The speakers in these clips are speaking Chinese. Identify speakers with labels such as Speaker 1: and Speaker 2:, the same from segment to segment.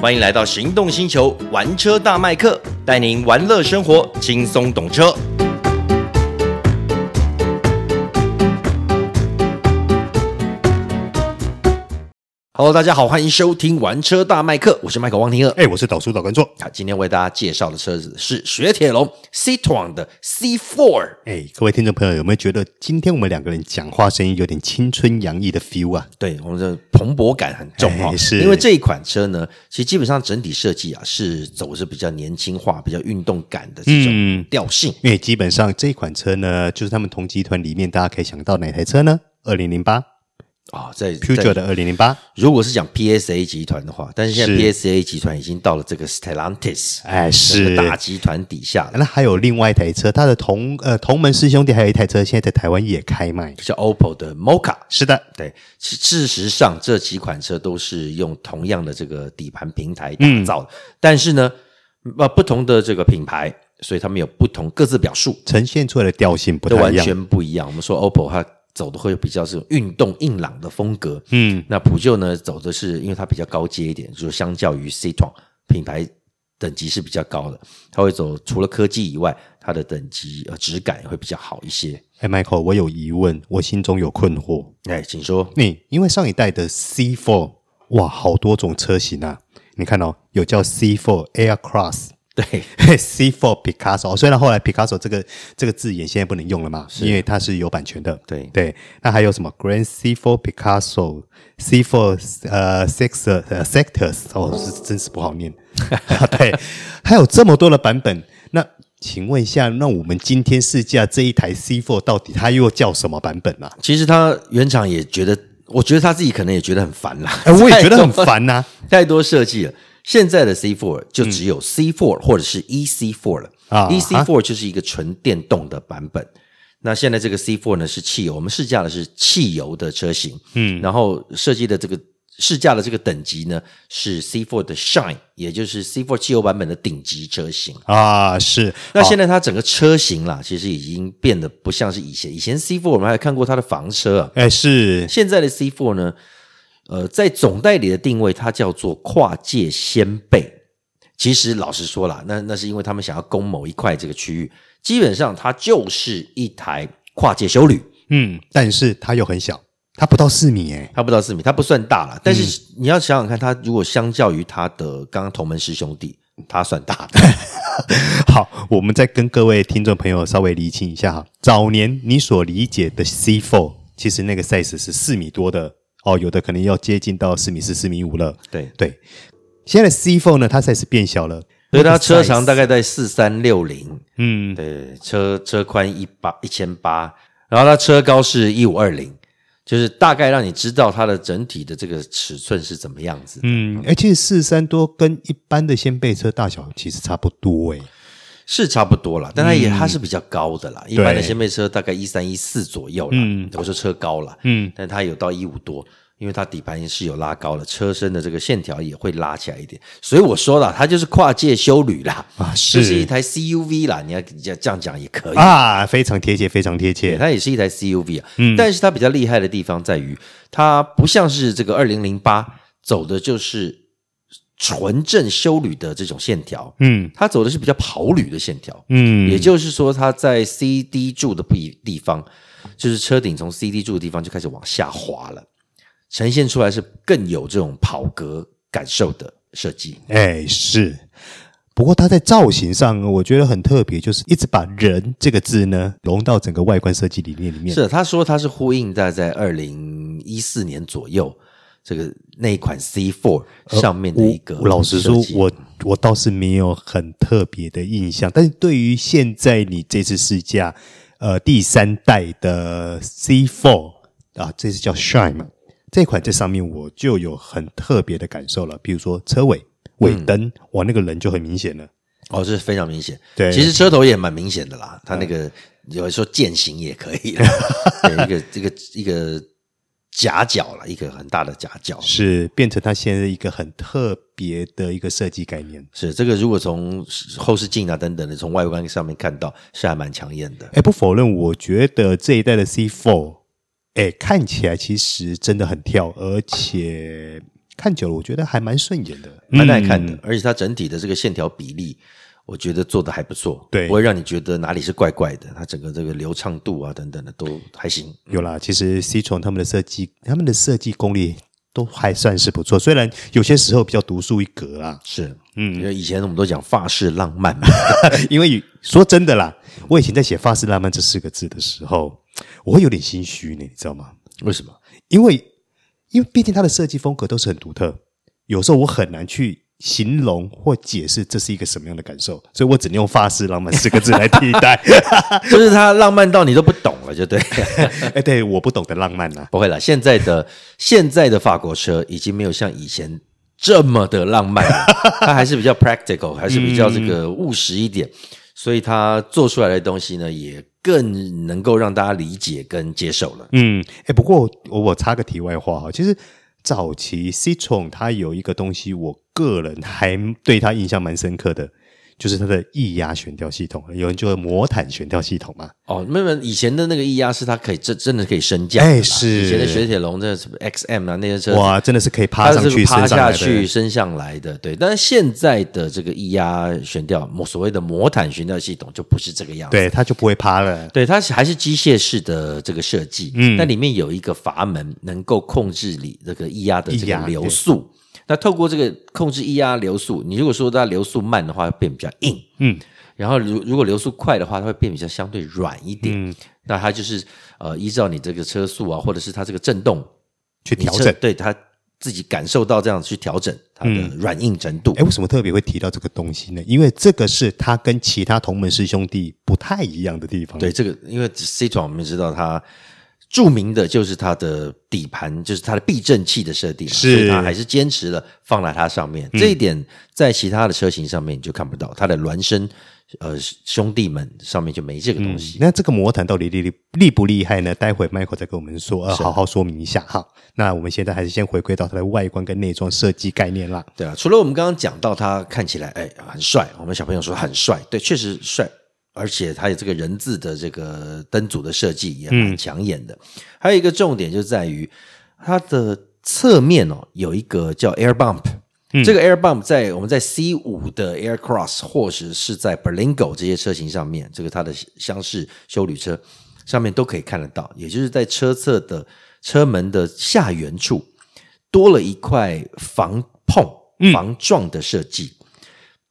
Speaker 1: 欢迎来到行动星球玩车大麦克，带您玩乐生活，轻松懂车。Hello，大家好，欢迎收听玩车大麦克，我是麦克王廷乐。
Speaker 2: 哎、我是导叔导观众。
Speaker 1: 啊，今天为大家介绍的车子是雪铁龙 Citroen 的 C4。
Speaker 2: 哎、各位听众朋友，有没有觉得今天我们两个人讲话声音有点青春洋溢的 feel 啊？
Speaker 1: 对，我们的蓬勃感很重哈、
Speaker 2: 哎是
Speaker 1: 因为这一款车呢，其实基本上整体设计啊是走的是比较年轻化、比较运动感的
Speaker 2: 嗯
Speaker 1: 这种调性。
Speaker 2: 因为基本上这款车呢，就是他们同集团里面大家可以想到哪台车呢？二零零八
Speaker 1: 啊、在
Speaker 2: Peugeot
Speaker 1: 在
Speaker 2: 的二零零八，
Speaker 1: 如果是讲 PSA 集团的话，但是现在
Speaker 2: 是
Speaker 1: PSA 集团已经到了这个 Stellantis
Speaker 2: 哎
Speaker 1: 这个
Speaker 2: 是。
Speaker 1: 大集团底下了，
Speaker 2: 那还有另外一台车，它的同呃同门师兄弟还有一台车，现在在台湾也开卖。
Speaker 1: 叫 OPPO 的 Mocha。
Speaker 2: 是的，
Speaker 1: 对，其事实上这几款车都是用同样的这个底盘平台打造的，
Speaker 2: 嗯
Speaker 1: 但是呢，呃，不同的这个品牌，所以他们有不同各自表述。
Speaker 2: 呈现出来的调性不
Speaker 1: 都
Speaker 2: 太
Speaker 1: 完
Speaker 2: 一样。
Speaker 1: 全不一样。我们说 OPPO 它走的会比较是运动硬朗的风格，嗯，那普救呢走的是因为它比较高阶一点，就是相较于 Citroen 品牌等级是比较高的，它会走除了科技以外，它的等级呃质感也会比较好一些。
Speaker 2: 哎、m i c h a e l 我有疑问，我心中有困惑。
Speaker 1: 哎，请说，
Speaker 2: 你因为上一代的 C4，哇，好多种车型啊！你看哦，有叫 C4 Aircross、
Speaker 1: 对
Speaker 2: C4 Picasso，虽然哦后来 Picasso 这个这个字眼现在不能用了嘛，因为它是有版权的。
Speaker 1: 对
Speaker 2: 对，那还有什么 Grand C4 Picasso、C4 呃 Six 呃 Sectors，哦，是真是不好念。 对，还有这么多的版本，那。请问一下，那我们今天试驾这一台 C4 到底它又叫什么版本啊？
Speaker 1: 其实他原厂也觉得，我觉得他自己可能也觉得很烦啦，
Speaker 2: 哎、我也觉得很烦呐、
Speaker 1: 太多设计了。现在的 C4 就只有 C4 或者是 EC4 了、
Speaker 2: 啊
Speaker 1: e c 4就是一个纯电动的版本。那现在这个 C4 呢是汽油，我们试驾的是汽油的车型，嗯，然后设计的这个试驾的这个等级呢是 C4 的 Shine，也就是 C4 汽油版本的顶级车型。
Speaker 2: 啊，是
Speaker 1: 那现在它整个车型啦，其实已经变得不像是以前。以前 C4 我们还看过它的房车啊，
Speaker 2: 哎、是
Speaker 1: 现在的 C4 呢，呃，在总代理的定位，它叫做跨界先辈。其实老实说啦，那那是因为他们想要攻某一块这个区域，基本上它就是一台跨界修旅，
Speaker 2: 嗯，但是它又很小，它不到四米哎、
Speaker 1: 它不到四米，它不算大了。但是你要想想看，它如果相较于它的刚刚同门师兄弟，它算大的。
Speaker 2: 好，我们再跟各位听众朋友稍微厘清一下哈，早年你所理解的 C4，其实那个 size 是四米多的哦，有的可能要接近到四米四、四米五了。
Speaker 1: 对，
Speaker 2: 对，现在的 C4 呢，它 size 变小了，
Speaker 1: 所以它车
Speaker 2: size
Speaker 1: 长大概在四三六零，
Speaker 2: 嗯，
Speaker 1: 对，车车宽一八一千八，然后它车高是一五二零，就是大概让你知道它的整体的这个尺寸是怎么样子。
Speaker 2: 嗯，而且四三多跟一般的掀背车大小其实差不多哎、
Speaker 1: 是差不多啦，但它也、它是比较高的啦，一般的掀背车大概一三一四左右啦，我说车高啦，嗯，但它有到一五多，因为它底盘是有拉高了，车身的这个线条也会拉起来一点，所以我说了，它就是跨界修旅啦，
Speaker 2: 啊
Speaker 1: 这是一
Speaker 2: 是
Speaker 1: 台 CUV 啦，你要你要这样讲也可以。
Speaker 2: 啊，非常贴切，非常贴切。
Speaker 1: 它也是一台 CUV 啊，但是它比较厉害的地方在于，它不像是这个二零零八走的就是纯正修旅的这种线条，
Speaker 2: 嗯
Speaker 1: 它走的是比较跑旅的线条，
Speaker 2: 嗯，
Speaker 1: 也就是说，它在 CD 柱的不一地方，就是车顶从 CD 柱的地方就开始往下滑了，呈现出来是更有这种跑格感受的设计。
Speaker 2: 哎，是。不过它在造型上，我觉得很特别，就是一直把“人”这个字呢融到整个外观设计理念里面。
Speaker 1: 是，他说他是呼应在在二零一四年左右这个那一款 C Four 上面的一个、
Speaker 2: 呃我老实说，我我倒是没有很特别的印象，但是对于现在你这次试驾，呃，第三代的 C4 啊，这次叫 Shine 嘛，这款在上面我就有很特别的感受了，比如说车尾尾
Speaker 1: 嗯
Speaker 2: 灯，哇，那个人就很明显了。
Speaker 1: 哦，这是非常明显。
Speaker 2: 对
Speaker 1: 其实车头也蛮明显的啦，它那个有时候剑形也可以 啦，对，一个这个一个夹角啦，一个很大的夹角。
Speaker 2: 是变成它现在一个很特别的一个设计概念。
Speaker 1: 是这个，如果从后视镜啊等等的从外观上面看到，是还蛮抢眼的。
Speaker 2: 哎，不否认，我觉得这一代的 C4，哎，看起来其实真的很跳，而且看久了，我觉得还蛮顺眼的。
Speaker 1: 蛮耐看的，而且它整体的这个线条比例，我觉得做的还不错，
Speaker 2: 对
Speaker 1: 不会让你觉得哪里是怪怪的，它整个这个流畅度啊等等的都还行。
Speaker 2: 有啦，其实 C 虫他们的设计，他们的设计功力都还算是不错，虽然有些时候比较独树一格啊啦。
Speaker 1: 是，嗯，因为以前我们都讲法式浪漫嘛，
Speaker 2: 因为说真的啦，我以前在写“发式浪漫”这四个字的时候，我会有点心虚呢，你知道吗？
Speaker 1: 为什么？
Speaker 2: 因为因为毕竟它的设计风格都是很独特，有时候我很难去形容或解释这是一个什么样的感受，所以我只能用“发式浪漫”四个字来替代。
Speaker 1: 就是它浪漫到你都不懂了，就对。
Speaker 2: 哎，对，我不懂得浪漫啦、啊
Speaker 1: 不会啦，现在的现在的法国车已经没有像以前这么的浪漫 了，它还是比较 practical，还是比较这个务实一点，所以它做出来的东西呢，也更能够让大家理解跟接受了。
Speaker 2: 嗯，哎，不过我我插个题外话哈，其实早期 Citron 它有一个东西，我个人还对它印象蛮深刻的，就是它的液压悬吊系统，有人就会魔毯悬吊系统嘛。
Speaker 1: 哦，没有，没有以前的那个液压是它可以真真的可以升降的啦，
Speaker 2: 哎是
Speaker 1: 以前的雪铁龙的什么 XM 啊那些车子，
Speaker 2: 哇，真的是可以
Speaker 1: 它
Speaker 2: 爬上
Speaker 1: 是
Speaker 2: 去，
Speaker 1: 趴
Speaker 2: 升上
Speaker 1: 下
Speaker 2: 来
Speaker 1: 去
Speaker 2: 的。
Speaker 1: 升上来的，对。但是现在的这个液压悬吊，所谓的魔毯悬吊系统就不是这个样子，
Speaker 2: 对，它就不会趴了。
Speaker 1: 对，它是还是机械式的这个设计，嗯，但里面有一个阀门能够控制你这个液压的这
Speaker 2: 液
Speaker 1: 个
Speaker 2: 压
Speaker 1: 流
Speaker 2: 对
Speaker 1: 速。那透过这个控制液压流速，你如果说它流速慢的话，会变比较硬，
Speaker 2: 嗯，
Speaker 1: 然后如如果流速快的话，它会变比较相对软一点。
Speaker 2: 嗯
Speaker 1: 那它就是呃，依照你这个车速啊，或者是它这个震动
Speaker 2: 去
Speaker 1: 你
Speaker 2: 调
Speaker 1: 车
Speaker 2: 整。
Speaker 1: 对它自己感受到这样去调整它的
Speaker 2: 嗯
Speaker 1: 软硬程度。
Speaker 2: 哎，为什么特别会提到这个东西呢？因为这个是它跟其他同门师兄弟不太一样的地方。
Speaker 1: 对，这个，因为 C 床我们知道它著名的就是它的底盘，就是它的避震器的设定嘛，
Speaker 2: 是
Speaker 1: 所以它还是坚持了放在它上面。这一点在其他的车型上面你就看不到，它的孪生呃兄弟们上面就没这个东西。
Speaker 2: 那这个魔毯到底厉厉不厉害呢？待会 Michael 再跟我们说，呃，
Speaker 1: 是
Speaker 2: 好好说明一下哈。那我们现在还是先回归到它的外观跟内装设计概念啦。
Speaker 1: 对啊，除了我们刚刚讲到他看起来哎很帅，我们小朋友说很帅，对，确实帅，而且他有这个人字的这个灯组的设计也蛮抢眼的。还有一个重点就在于它的侧面哦有一个叫 air bump。这个 air bump 在我们在 C 五的 Air Cross 或者是在 Berlingo 这些车型上面，这个它的厢式修旅车上面都可以看得到，也就是在车侧的车门的下缘处，多了一块防碰、防撞的设计。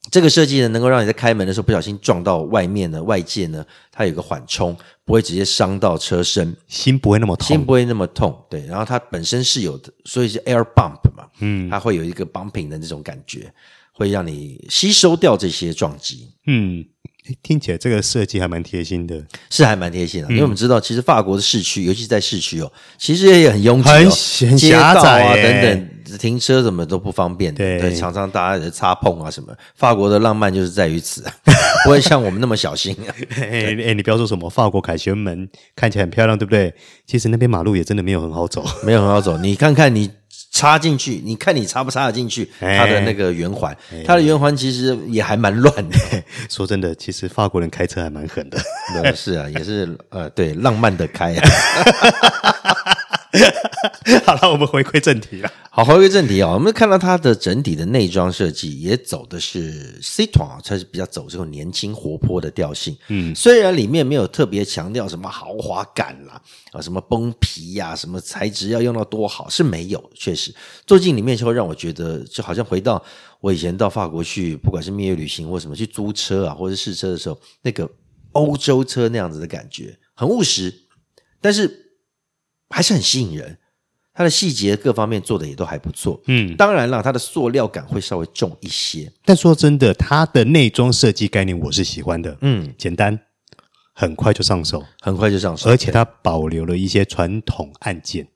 Speaker 1: 这个设计呢，能够让你在开门的时候不小心撞到外面的外界呢，它有个缓冲，不会直接伤到车身，
Speaker 2: 心不会那么
Speaker 1: 心
Speaker 2: 痛。
Speaker 1: 不会那么痛。对，然后它本身是有的，所以是 air bump 嘛，嗯，它会有一个 bumping 的那种感觉，会让你吸收掉这些撞击。
Speaker 2: 嗯，诶听起来这个设计还蛮贴心的，
Speaker 1: 是还蛮贴心的，因为我们知道，其实法国的市区，尤其在市区哦，其实也很拥挤、哦，
Speaker 2: 很很
Speaker 1: 街道
Speaker 2: 狭窄
Speaker 1: 啊
Speaker 2: 耶
Speaker 1: 等等，停车什么都不方便的，
Speaker 2: 对
Speaker 1: 对，常常大家也擦碰啊什么。法国的浪漫就是在于此，啊 不会像我们那么小心、啊
Speaker 2: 哎、诶你不要说什么法国凯旋门看起来很漂亮，对不对？其实那边马路也真的没有很好走。
Speaker 1: 没有很好走。你看看你插进去，你看你插不插得进去
Speaker 2: 哎
Speaker 1: 它的那个圆环，它的圆环其实也还蛮乱的。
Speaker 2: 说真的，其实法国人开车还蛮狠的。
Speaker 1: 对是啊，也是呃，对，浪漫的开、啊。
Speaker 2: 好了，我们回归正题了。
Speaker 1: 好，回归正题啊、我们看到它的整体的内装设计也走的是 C 团啊，它是比较走这种年轻活泼的调性。嗯，虽然里面没有特别强调什么豪华感啦，啊，什么崩皮呀、什么材质要用到多好是没有，确实坐进里面就会让我觉得就好像回到我以前到法国去，不管是蜜月旅行或什么去租车啊，或者试车的时候，那个欧洲车那样子的感觉，很务实，但是还是很吸引人。它的细节各方面做的也都还不错，嗯，当然了，它的塑料感会稍微重一些，
Speaker 2: 但说真的，它的内装设计概念我是喜欢的。嗯，简单，很快就上手。
Speaker 1: 很快就上手，
Speaker 2: 而且它保留了一些传统按键，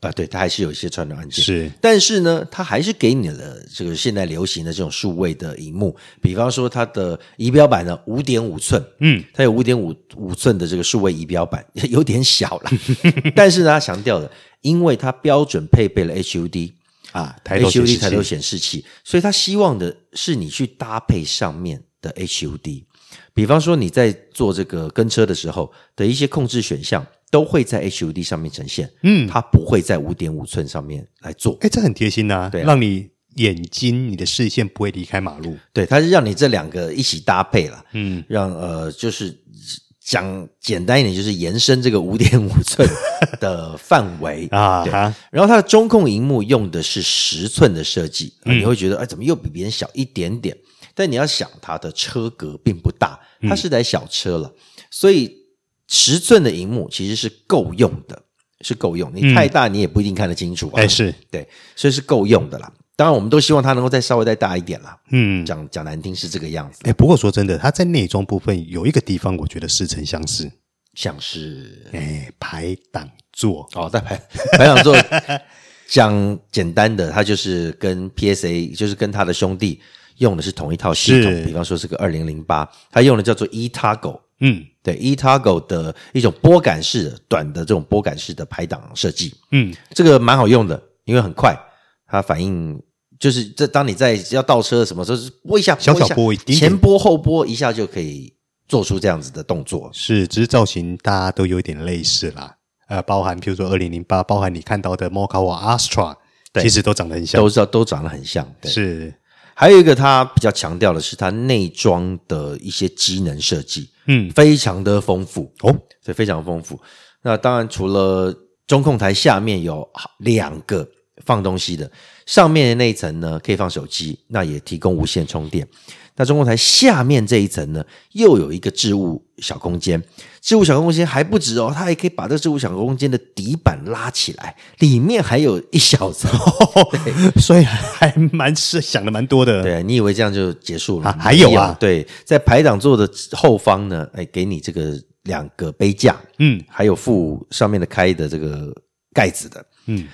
Speaker 1: 啊，对，它还是有一些传统按键，
Speaker 2: 是
Speaker 1: 但是呢，它还是给你了这个现在流行的这种数位的荧幕，比方说它的仪表板呢，五点五寸，嗯，它有五点五五寸的这个数位仪表板， 有点小了， 但是呢，它强调了，因为它标准配备了 HUD，
Speaker 2: 啊，抬头显
Speaker 1: HUD
Speaker 2: 示
Speaker 1: 抬头
Speaker 2: 器，
Speaker 1: 显示器，所以他希望的是你去搭配上面的 HUD。比方说你在做这个跟车的时候的一些控制选项，都会在 HUD 上面呈现，嗯，它不会在五点五寸上面来做，
Speaker 2: 哎，这很贴心呐、
Speaker 1: 对啊
Speaker 2: 让你眼睛、你的视线不会离开马路。
Speaker 1: 对，它是让你这两个一起搭配了，嗯，让呃就是讲简单一点，就是延伸这个五点五寸的范围
Speaker 2: 啊
Speaker 1: 对
Speaker 2: 哈
Speaker 1: 然后它的中控荧幕用的是十寸的设计，呃
Speaker 2: 嗯
Speaker 1: 你会觉得哎怎么又比别人小一点点？但你要想它的车格并不大，
Speaker 2: 嗯
Speaker 1: 它是台小车了，所以十寸的荧幕其实是够用的，是够用。你太大你也不一定看得清楚啊，
Speaker 2: 嗯哎，是，
Speaker 1: 对，所以是够用的啦。当然，我们都希望它能够再稍微再大一点啦。
Speaker 2: 嗯，
Speaker 1: 讲讲难听是这个样子，
Speaker 2: 哎，不过说真的，它在内装部分有一个地方，我觉得似曾相识，
Speaker 1: 像是
Speaker 2: 哎，排挡座。
Speaker 1: 哦，在排 排挡座讲简单的，它就是跟 PSA，就是跟他的兄弟用的是同一套系
Speaker 2: 是
Speaker 1: 统，比方说是个二零零八，它用的叫做 eToggle，
Speaker 2: 嗯
Speaker 1: 对 eToggle 的一种拨杆式的短的这种拨杆式的排挡设计，
Speaker 2: 嗯，
Speaker 1: 这个蛮好用的，因为很快，它反应就是这当你在要倒车的什么时候，就是拨一下，
Speaker 2: 小小
Speaker 1: 下
Speaker 2: 拨一点点
Speaker 1: 前拨后拨一下就可以做出这样子的动作，
Speaker 2: 是，只是造型大家都有点类似啦。呃，包含譬如说二零零八，包含你看到的 m o c a 或 Astra，
Speaker 1: 对
Speaker 2: 其实都长得很像。
Speaker 1: 都知道都长得很像，对。
Speaker 2: 是，
Speaker 1: 还有一个它比较强调的是它内装的一些机能设计，
Speaker 2: 嗯，
Speaker 1: 非常的丰富
Speaker 2: 哦，
Speaker 1: 所以非常丰富。那当然除了中控台下面有两个放东西的，上面的那一层呢可以放手机，那也提供无线充电。那中控台下面这一层呢，又有一个置物小空间。置物小空间还不止哦，它还可以把这置物小空间的底板拉起来，里面还有一小层。
Speaker 2: 所以还蛮是想的蛮多的。
Speaker 1: 对，你以为这样就结束了？
Speaker 2: 啊还有啊
Speaker 1: 没对，在排挡座的后方呢，哎，给你这个两个杯架，
Speaker 2: 嗯，
Speaker 1: 还有副上面的开的这个盖子的，
Speaker 2: 嗯，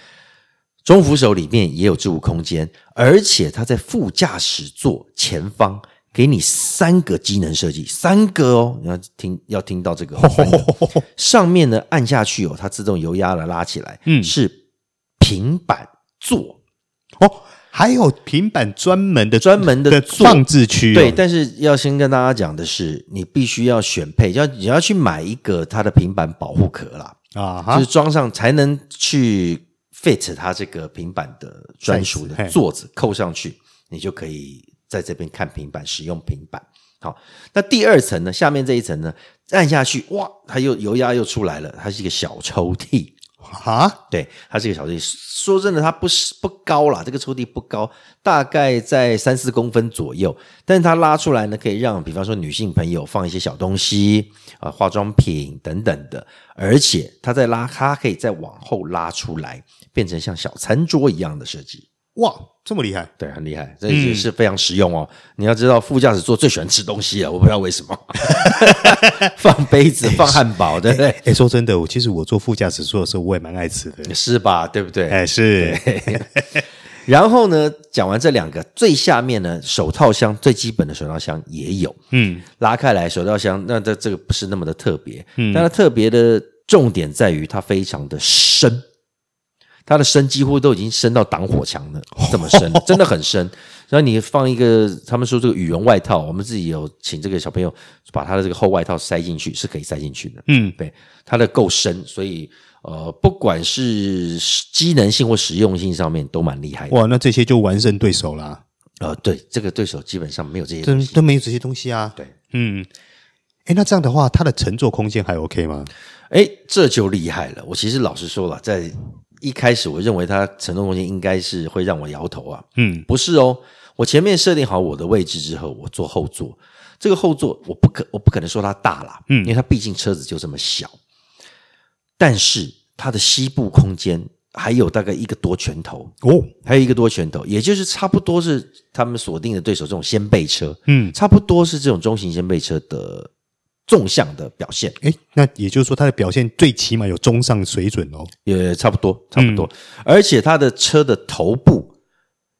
Speaker 1: 中扶手里面也有置物空间，而且它在副驾驶座前方给你三个机能设计，三个哦，你要听要听到这 个、哦，三个上面呢按下去哦，它自动油压了拉起来，
Speaker 2: 嗯
Speaker 1: 是平板座。
Speaker 2: 哦，还有平板专门的
Speaker 1: 专门的
Speaker 2: 的
Speaker 1: 座
Speaker 2: 放置区、哦，
Speaker 1: 对，但是要先跟大家讲的是，你必须要选配，要你要去买一个它的平板保护壳啦，
Speaker 2: 啊
Speaker 1: 就
Speaker 2: 哈
Speaker 1: 是，装上才能去 fit 它这个平板的专属
Speaker 2: Size，嘿
Speaker 1: 的座子扣上去，你就可以在这边看平板，使用平板。好，那第二层呢？下面这一层呢？按下去，哇，它又油压又出来了，它是一个小抽屉。
Speaker 2: 啊，
Speaker 1: 对，它是一个小抽屉。说真的，它不是不高啦，这个抽屉不高，大概在三四公分左右。但是它拉出来呢，可以让比方说女性朋友放一些小东西啊、化妆品等等的。而且它在拉，它可以再往后拉出来，变成像小餐桌一样的设计。
Speaker 2: 哇，这么厉害，
Speaker 1: 对，很厉害，这也是非常实用哦。你要知道，副驾驶座最喜欢吃东西啊了，我不知道为什么， 放杯子、放汉堡，对不对？
Speaker 2: 哎，说真的，我其实我坐副驾驶座的时候，我也蛮爱吃的，
Speaker 1: 是吧？对不对？
Speaker 2: 哎，是，
Speaker 1: 然后呢，讲完这两个，最下面呢，手套箱最基本的手套箱也有，
Speaker 2: 嗯，
Speaker 1: 拉开来手套箱，那这这个不是那么的特别，嗯，但它特别的重点在于它非常的深，它的深几乎都已经深到挡火墙了，这么深，真的很深。然后你放一个，他们说这个羽绒外套，我们自己有请这个小朋友把他的这个厚外套塞进去，是可以塞进去的，
Speaker 2: 嗯，
Speaker 1: 对，它的够深，所以呃，不管是机能性或实用性上面都蛮厉害的。
Speaker 2: 哇，那这些就完胜对手啦，
Speaker 1: 呃，对，这个对手基本上没有这些
Speaker 2: 真
Speaker 1: 东西。
Speaker 2: 都没有这些东西啊，
Speaker 1: 对，
Speaker 2: 嗯。哎，那这样的话，它的乘坐空间还 OK 吗？
Speaker 1: 哎，这就厉害了。我其实老实说了，在一开始我认为它承重空间应该是会让我摇头啊，
Speaker 2: 嗯，
Speaker 1: 不是哦。我前面设定好我的位置之后，我坐后座。这个后座我不可我不可能说它大啦，
Speaker 2: 嗯
Speaker 1: 因为它毕竟车子就这么小。但是它的膝部空间还有大概一个多拳头，
Speaker 2: 哦，
Speaker 1: 还有一个多拳头，也就是差不多是他们锁定的对手这种掀背车，
Speaker 2: 嗯，
Speaker 1: 差不多是这种中型掀背车的纵向的表现，
Speaker 2: 哎，那也就是说，它的表现最起码有中上水准哦。
Speaker 1: 也差不多，差不多。
Speaker 2: 嗯
Speaker 1: 而且它的车的头部，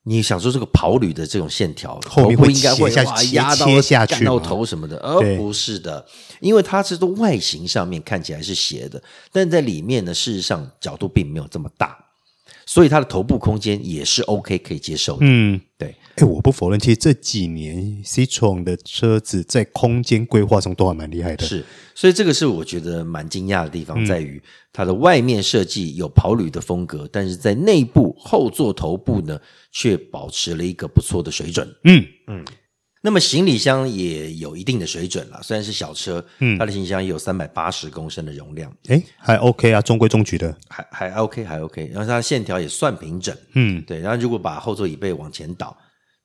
Speaker 1: 你想说这个跑旅的这种线条，
Speaker 2: 后面
Speaker 1: 头部
Speaker 2: 会
Speaker 1: 应该会
Speaker 2: 切下
Speaker 1: 哇
Speaker 2: 切
Speaker 1: 压到
Speaker 2: 切下去
Speaker 1: 干到
Speaker 2: 嘛
Speaker 1: 头什么的，而、
Speaker 2: 对
Speaker 1: 不是的，因为它是从外形上面看起来是斜的，但在里面呢，事实上角度并没有这么大，所以它的头部空间也是 OK 可以接受的。
Speaker 2: 嗯，
Speaker 1: 对，
Speaker 2: 哎，我不否认，其实这几年 Citroen 的车子在空间规划上都还蛮厉害的。
Speaker 1: 是，所以这个是我觉得蛮惊讶的地方，在于它的外面设计有跑旅的风格，但是在内部后座头部呢，却保持了一个不错的水准。
Speaker 2: 嗯，
Speaker 1: 那么行李箱也有一定的水准啦，虽然是小车，嗯，它的行李箱也有三百八十公升的容量，
Speaker 2: 哎，还 OK 啊，中规中矩的。
Speaker 1: 还还 OK，还 OK。然后它的线条也算平整，
Speaker 2: 嗯，
Speaker 1: 对。然后如果把后座椅背往前倒，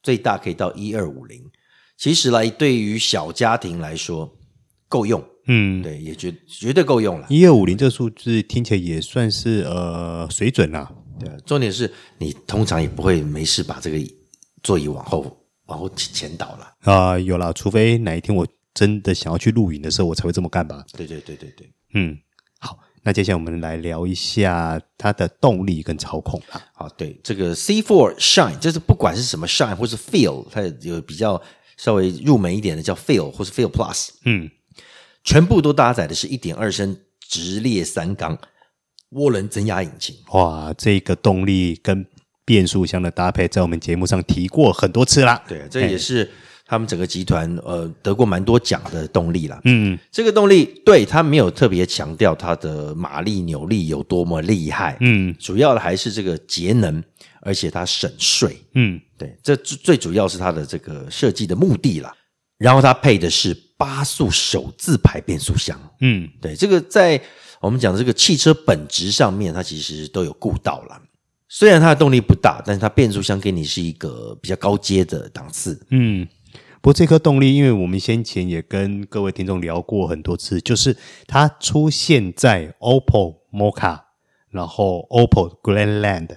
Speaker 1: 最大可以到一二五零。其实来对于小家庭来说够用，
Speaker 2: 嗯，
Speaker 1: 对，也绝绝对够用了。
Speaker 2: 一二五零这数字听起来也算是呃水准啦、
Speaker 1: 对啊，重点是你通常也不会没事把这个座椅往后往后前倒了。
Speaker 2: 啊、有啦，除非哪一天我真的想要去露营的时候，我才会这么干吧。
Speaker 1: 对对对对对。
Speaker 2: 嗯，好，那接下来我们来聊一下它的动力跟操控啊啦。
Speaker 1: 好，对这个 C4 Shine，就是不管是什么 Shine 或是 Feel，它有比较稍微入门一点的叫 Feel 或是 Feel Plus，
Speaker 2: 嗯，
Speaker 1: 全部都搭载的是1.2升直列三缸涡轮增压引擎。
Speaker 2: 哇，这个动力跟变速箱的搭配，在我们节目上提过很多次啦。
Speaker 1: 对，这也是他们整个集团呃得过蛮多奖的动力啦。
Speaker 2: 嗯
Speaker 1: 这个动力对它没有特别强调它的马力扭力有多么厉害，
Speaker 2: 嗯
Speaker 1: 主要的还是这个节能，而且它省税。
Speaker 2: 嗯，
Speaker 1: 对，这最最主要是它的这个设计的目的啦。然后它配的是八速手自排变速箱。
Speaker 2: 嗯
Speaker 1: 对，这个在我们讲这个汽车本质上面，它其实都有顾到啦。虽然它的动力不大，但是它变速箱给你是一个比较高阶的档次。
Speaker 2: 嗯。不过这颗动力，因为我们先前也跟各位听众聊过很多次，就是它出现在 OPPO Mocha，然后 OPPO Grandland，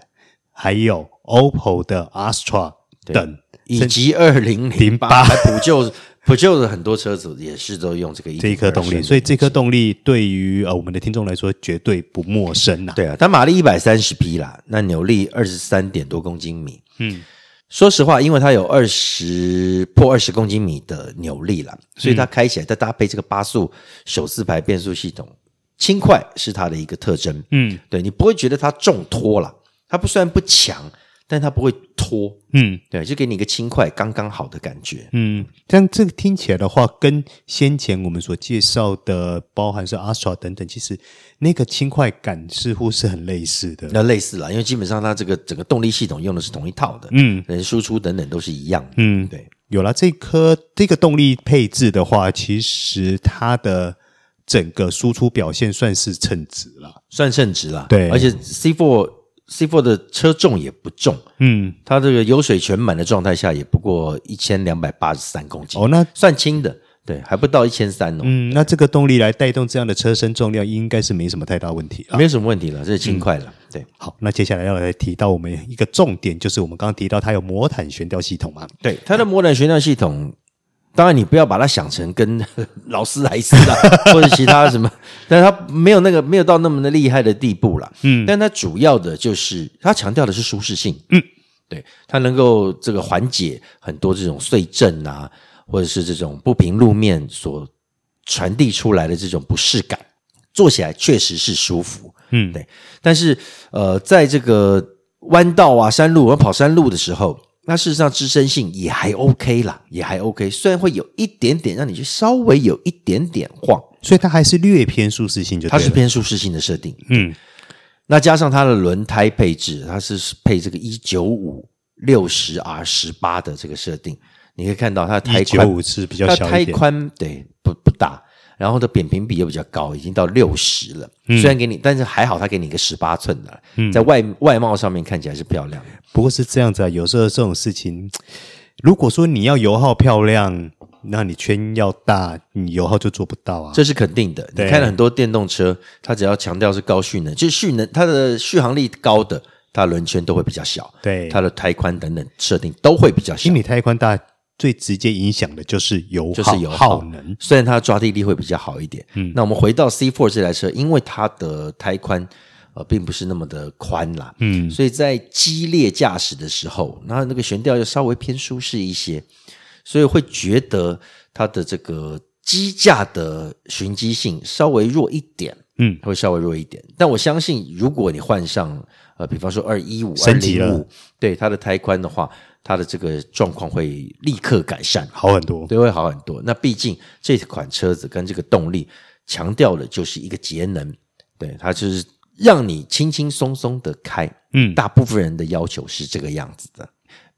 Speaker 2: 还有 OPPO 的 Astra 等。
Speaker 1: 以及二零零八还补救补救的很多车子也是都用这个
Speaker 2: 这一颗动力，所以这颗动力对于呃我们的听众来说绝对不陌生呐、
Speaker 1: 对啊，它马力一百三十匹啦，那扭力二十三点多公斤米。
Speaker 2: 嗯，
Speaker 1: 说实话，因为它有二十破二十公斤米的扭力啦，所以
Speaker 2: 嗯
Speaker 1: 它开起来再搭配这个八速手自排变速系统，轻快是它的一个特征。
Speaker 2: 嗯
Speaker 1: 对你不会觉得它重拖啦，它不虽然不强，但它不会拖，
Speaker 2: 嗯
Speaker 1: 对，就给你一个轻快刚刚好的感觉。
Speaker 2: 嗯，但这个听起来的话，跟先前我们所介绍的，包含是 Astra 等等，其实那个轻快感似乎是很类似的。
Speaker 1: 那类似啦，因为基本上它这个整个动力系统用的是同一套的，
Speaker 2: 嗯
Speaker 1: 人输出等等都是一样的。
Speaker 2: 嗯，
Speaker 1: 对，
Speaker 2: 有了这颗这个动力配置的话，其实它的整个输出表现算是称职了。
Speaker 1: 算称职啦。
Speaker 2: 对
Speaker 1: 而且 C4 C4 的车重也不重，
Speaker 2: 嗯，
Speaker 1: 它这个油水全满的状态下也不过一千两百八十三公斤，
Speaker 2: 哦，那
Speaker 1: 算轻的，对，还不到一千三哦，
Speaker 2: 嗯，那这个动力来带动这样的车身重量，应该是没什么太大问题了。
Speaker 1: 没有什么问题了，这是轻快了。
Speaker 2: 嗯
Speaker 1: 对
Speaker 2: 好，那接下来要来提到我们一个重点，就是我们刚刚提到它有魔毯悬吊系统嘛。
Speaker 1: 对，它的摩兰悬吊系统。当然，你不要把它想成跟 劳斯莱斯啊， 或者其他什么，但它没有那个没有到那么的厉害的地步啦。嗯，但它主要的就是它强调的是舒适性。嗯，对，它能够这个缓解很多这种碎震啊，或者是这种不平路面所传递出来的这种不适感，坐起来确实是舒服。
Speaker 2: 嗯
Speaker 1: 对。但是呃，在这个弯道啊、山路，我们跑山路的时候，那事实上支撑性也还 OK 啦，也还 OK。虽然会有一点点让你去稍微有一点点晃，
Speaker 2: 所以它还是略偏舒适性就
Speaker 1: 它
Speaker 2: 对
Speaker 1: 是
Speaker 2: 了。
Speaker 1: 偏舒适性的设定。
Speaker 2: 嗯
Speaker 1: 那加上它的轮胎配置，它是配这个一九五六十 R 十八的这个设定，你可以看到它的胎
Speaker 2: 一九
Speaker 1: 宽
Speaker 2: 五是比较
Speaker 1: 它
Speaker 2: 小一
Speaker 1: 胎
Speaker 2: 点。
Speaker 1: 宽对不不大，然后它扁平比又比较高，已经到六十了。
Speaker 2: 嗯
Speaker 1: 虽然给你，但是还好它给你一个十八寸的，在外外貌上面看起来是漂亮的。
Speaker 2: 不过是这样子啊，有时候这种事情，如果说你要油耗漂亮，那你圈要大，你油耗就做不到啊。
Speaker 1: 这是肯定的。你
Speaker 2: 对
Speaker 1: 看了很多电动车，它只要强调是高续能，就是续能它的续航力高的，它的轮圈都会比较小，
Speaker 2: 对
Speaker 1: 它的胎宽等等设定都会比较小
Speaker 2: 因。为你胎宽大，最直接影响的就是油耗、
Speaker 1: 就是油耗
Speaker 2: 耗能。
Speaker 1: 虽然它的抓地力会比较好一点，嗯，那我们回到 C4 这台车，因为它的胎宽呃并不是那么的宽啦，嗯，所以在激烈驾驶的时候，那那个悬吊又稍微偏舒适一些，所以会觉得它的这个机架的循迹性稍微弱一点，
Speaker 2: 嗯，
Speaker 1: 会稍微弱一点。但我相信，如果你换上呃，比方说二一五、二
Speaker 2: 升级
Speaker 1: 零
Speaker 2: 了
Speaker 1: 五，对它的胎宽的话，它的这个状况会立刻改善，
Speaker 2: 好很多。
Speaker 1: 对，会好很多。那毕竟这款车子跟这个动力强调的就是一个节能，对，它就是让你轻轻松松的开。
Speaker 2: 嗯
Speaker 1: 大部分人的要求是这个样子的，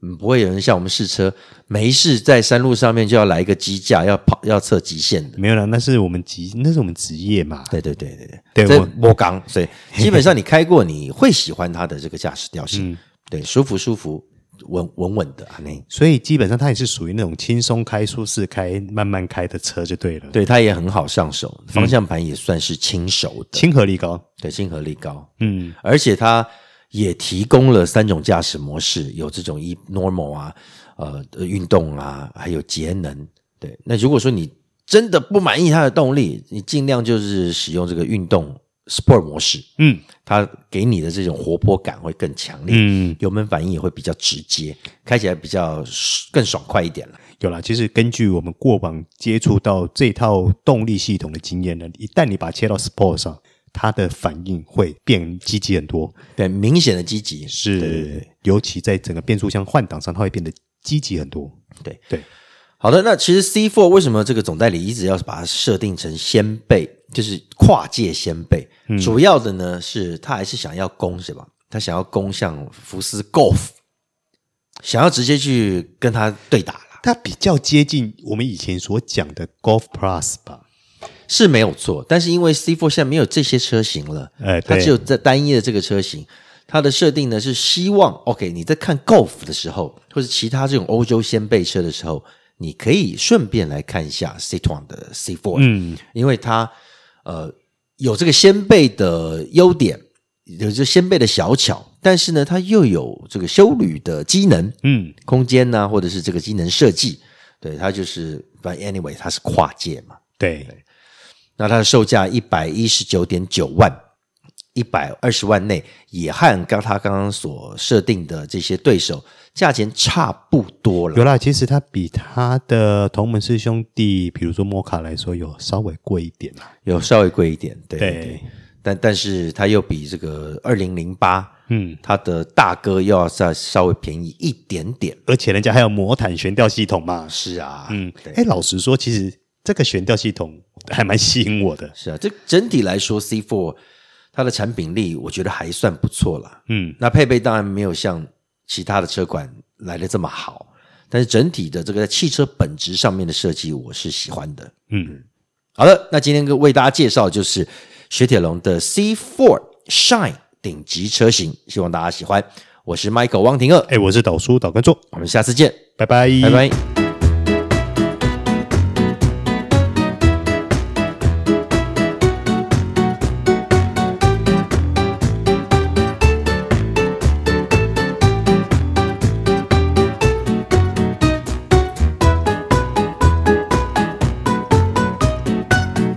Speaker 1: 嗯，不会有人像我们试车没事在山路上面就要来一个机架，要跑要测极限的。
Speaker 2: 没有啦，那是我们职，那是我们职业嘛。
Speaker 1: 对对对对
Speaker 2: 对
Speaker 1: 这
Speaker 2: 我
Speaker 1: 我刚， 所以基本上你开过，你会喜欢它的这个驾驶调
Speaker 2: 嗯
Speaker 1: 性，对，舒服舒服，稳稳稳的啊，那
Speaker 2: 所以基本上它也是属于那种轻松开、舒适开、慢慢开的车就对嗯了。，
Speaker 1: 对它也很好上手，方向盘也算是轻熟的，
Speaker 2: 亲和力高。
Speaker 1: 对，亲和力高，
Speaker 2: 嗯，
Speaker 1: 而且它也提供了三种驾驶模式，有这种一 normal 啊，呃，运动啊，还有节能。对，那如果说你真的不满意它的动力，你尽量就是使用这个运动 sport 模式，
Speaker 2: 嗯，
Speaker 1: 它给你的这种活泼感会更强烈，
Speaker 2: 嗯，
Speaker 1: 油门反应也会比较直接，开起来比较更爽快一点了。
Speaker 2: 有啦。其实根据我们过往接触到这套动力系统的经验呢，一旦你把它切到 Sport 上，它的反应会变积极很多。
Speaker 1: 对，明显的积极对对对
Speaker 2: 是，尤其在整个变速箱换挡上，它会变得积极很多。
Speaker 1: 对
Speaker 2: 对，
Speaker 1: 好的，那其实 C four 为什么这个总代理一直要把它设定成先辈，就是跨界先辈？
Speaker 2: 嗯
Speaker 1: 主要的呢是他还是想要攻什么？他想要攻向福斯 Golf，想要直接去跟他对打啦，
Speaker 2: 它比较接近我们以前所讲的 Golf Plus 吧。
Speaker 1: 是没有错。但是因为 C four 现在没有这些车型了，
Speaker 2: 哎
Speaker 1: 它
Speaker 2: 对
Speaker 1: 只有在单一的这个车型。它的设定呢是希望，OK，你在看 Golf 的时候，或者其他这种欧洲先辈车的时候，你可以顺便来看一下 Citroen 的 C4，
Speaker 2: 嗯，
Speaker 1: 因为它呃有这个先辈的优点，有这先辈的小巧，但是呢，它又有这个修旅的机能，
Speaker 2: 嗯，
Speaker 1: 空间呐、或者是这个机能设计，对，它就是反正 anyway，它是跨界嘛。
Speaker 2: 对，
Speaker 1: 那它的售价一百一十九点九万，一百二十万内，也和刚他刚刚所设定的这些对手价钱差不多了。
Speaker 2: 有啦。其实它比它的同门师兄弟，比如说摩卡来说，有稍微贵一点啦。
Speaker 1: 有稍微贵一点，对对
Speaker 2: 对
Speaker 1: 对但但是它又比这个二零零八，
Speaker 2: 嗯，
Speaker 1: 它的大哥又要再稍微便宜一点点。
Speaker 2: 而且人家还有魔毯悬吊系统嘛。
Speaker 1: 是啊，
Speaker 2: 嗯，
Speaker 1: 对，
Speaker 2: 哎，老实说，其实这个悬吊系统还蛮吸引我的。
Speaker 1: 是啊，这整体来说，C Four 它的产品力我觉得还算不错啦。
Speaker 2: 嗯，
Speaker 1: 那配备当然没有像其他的车款来的这么好，但是整体的这个在汽车本质上面的设计，我是喜欢的。
Speaker 2: 嗯，
Speaker 1: 好的，那今天跟为大家介绍就是雪铁龙的 C4 Shine 顶级车型，希望大家喜欢。我是 Michael 汪廷乐，
Speaker 2: 哎，我是导叔导观众，
Speaker 1: 我们下次见，
Speaker 2: 拜拜，
Speaker 1: 拜拜。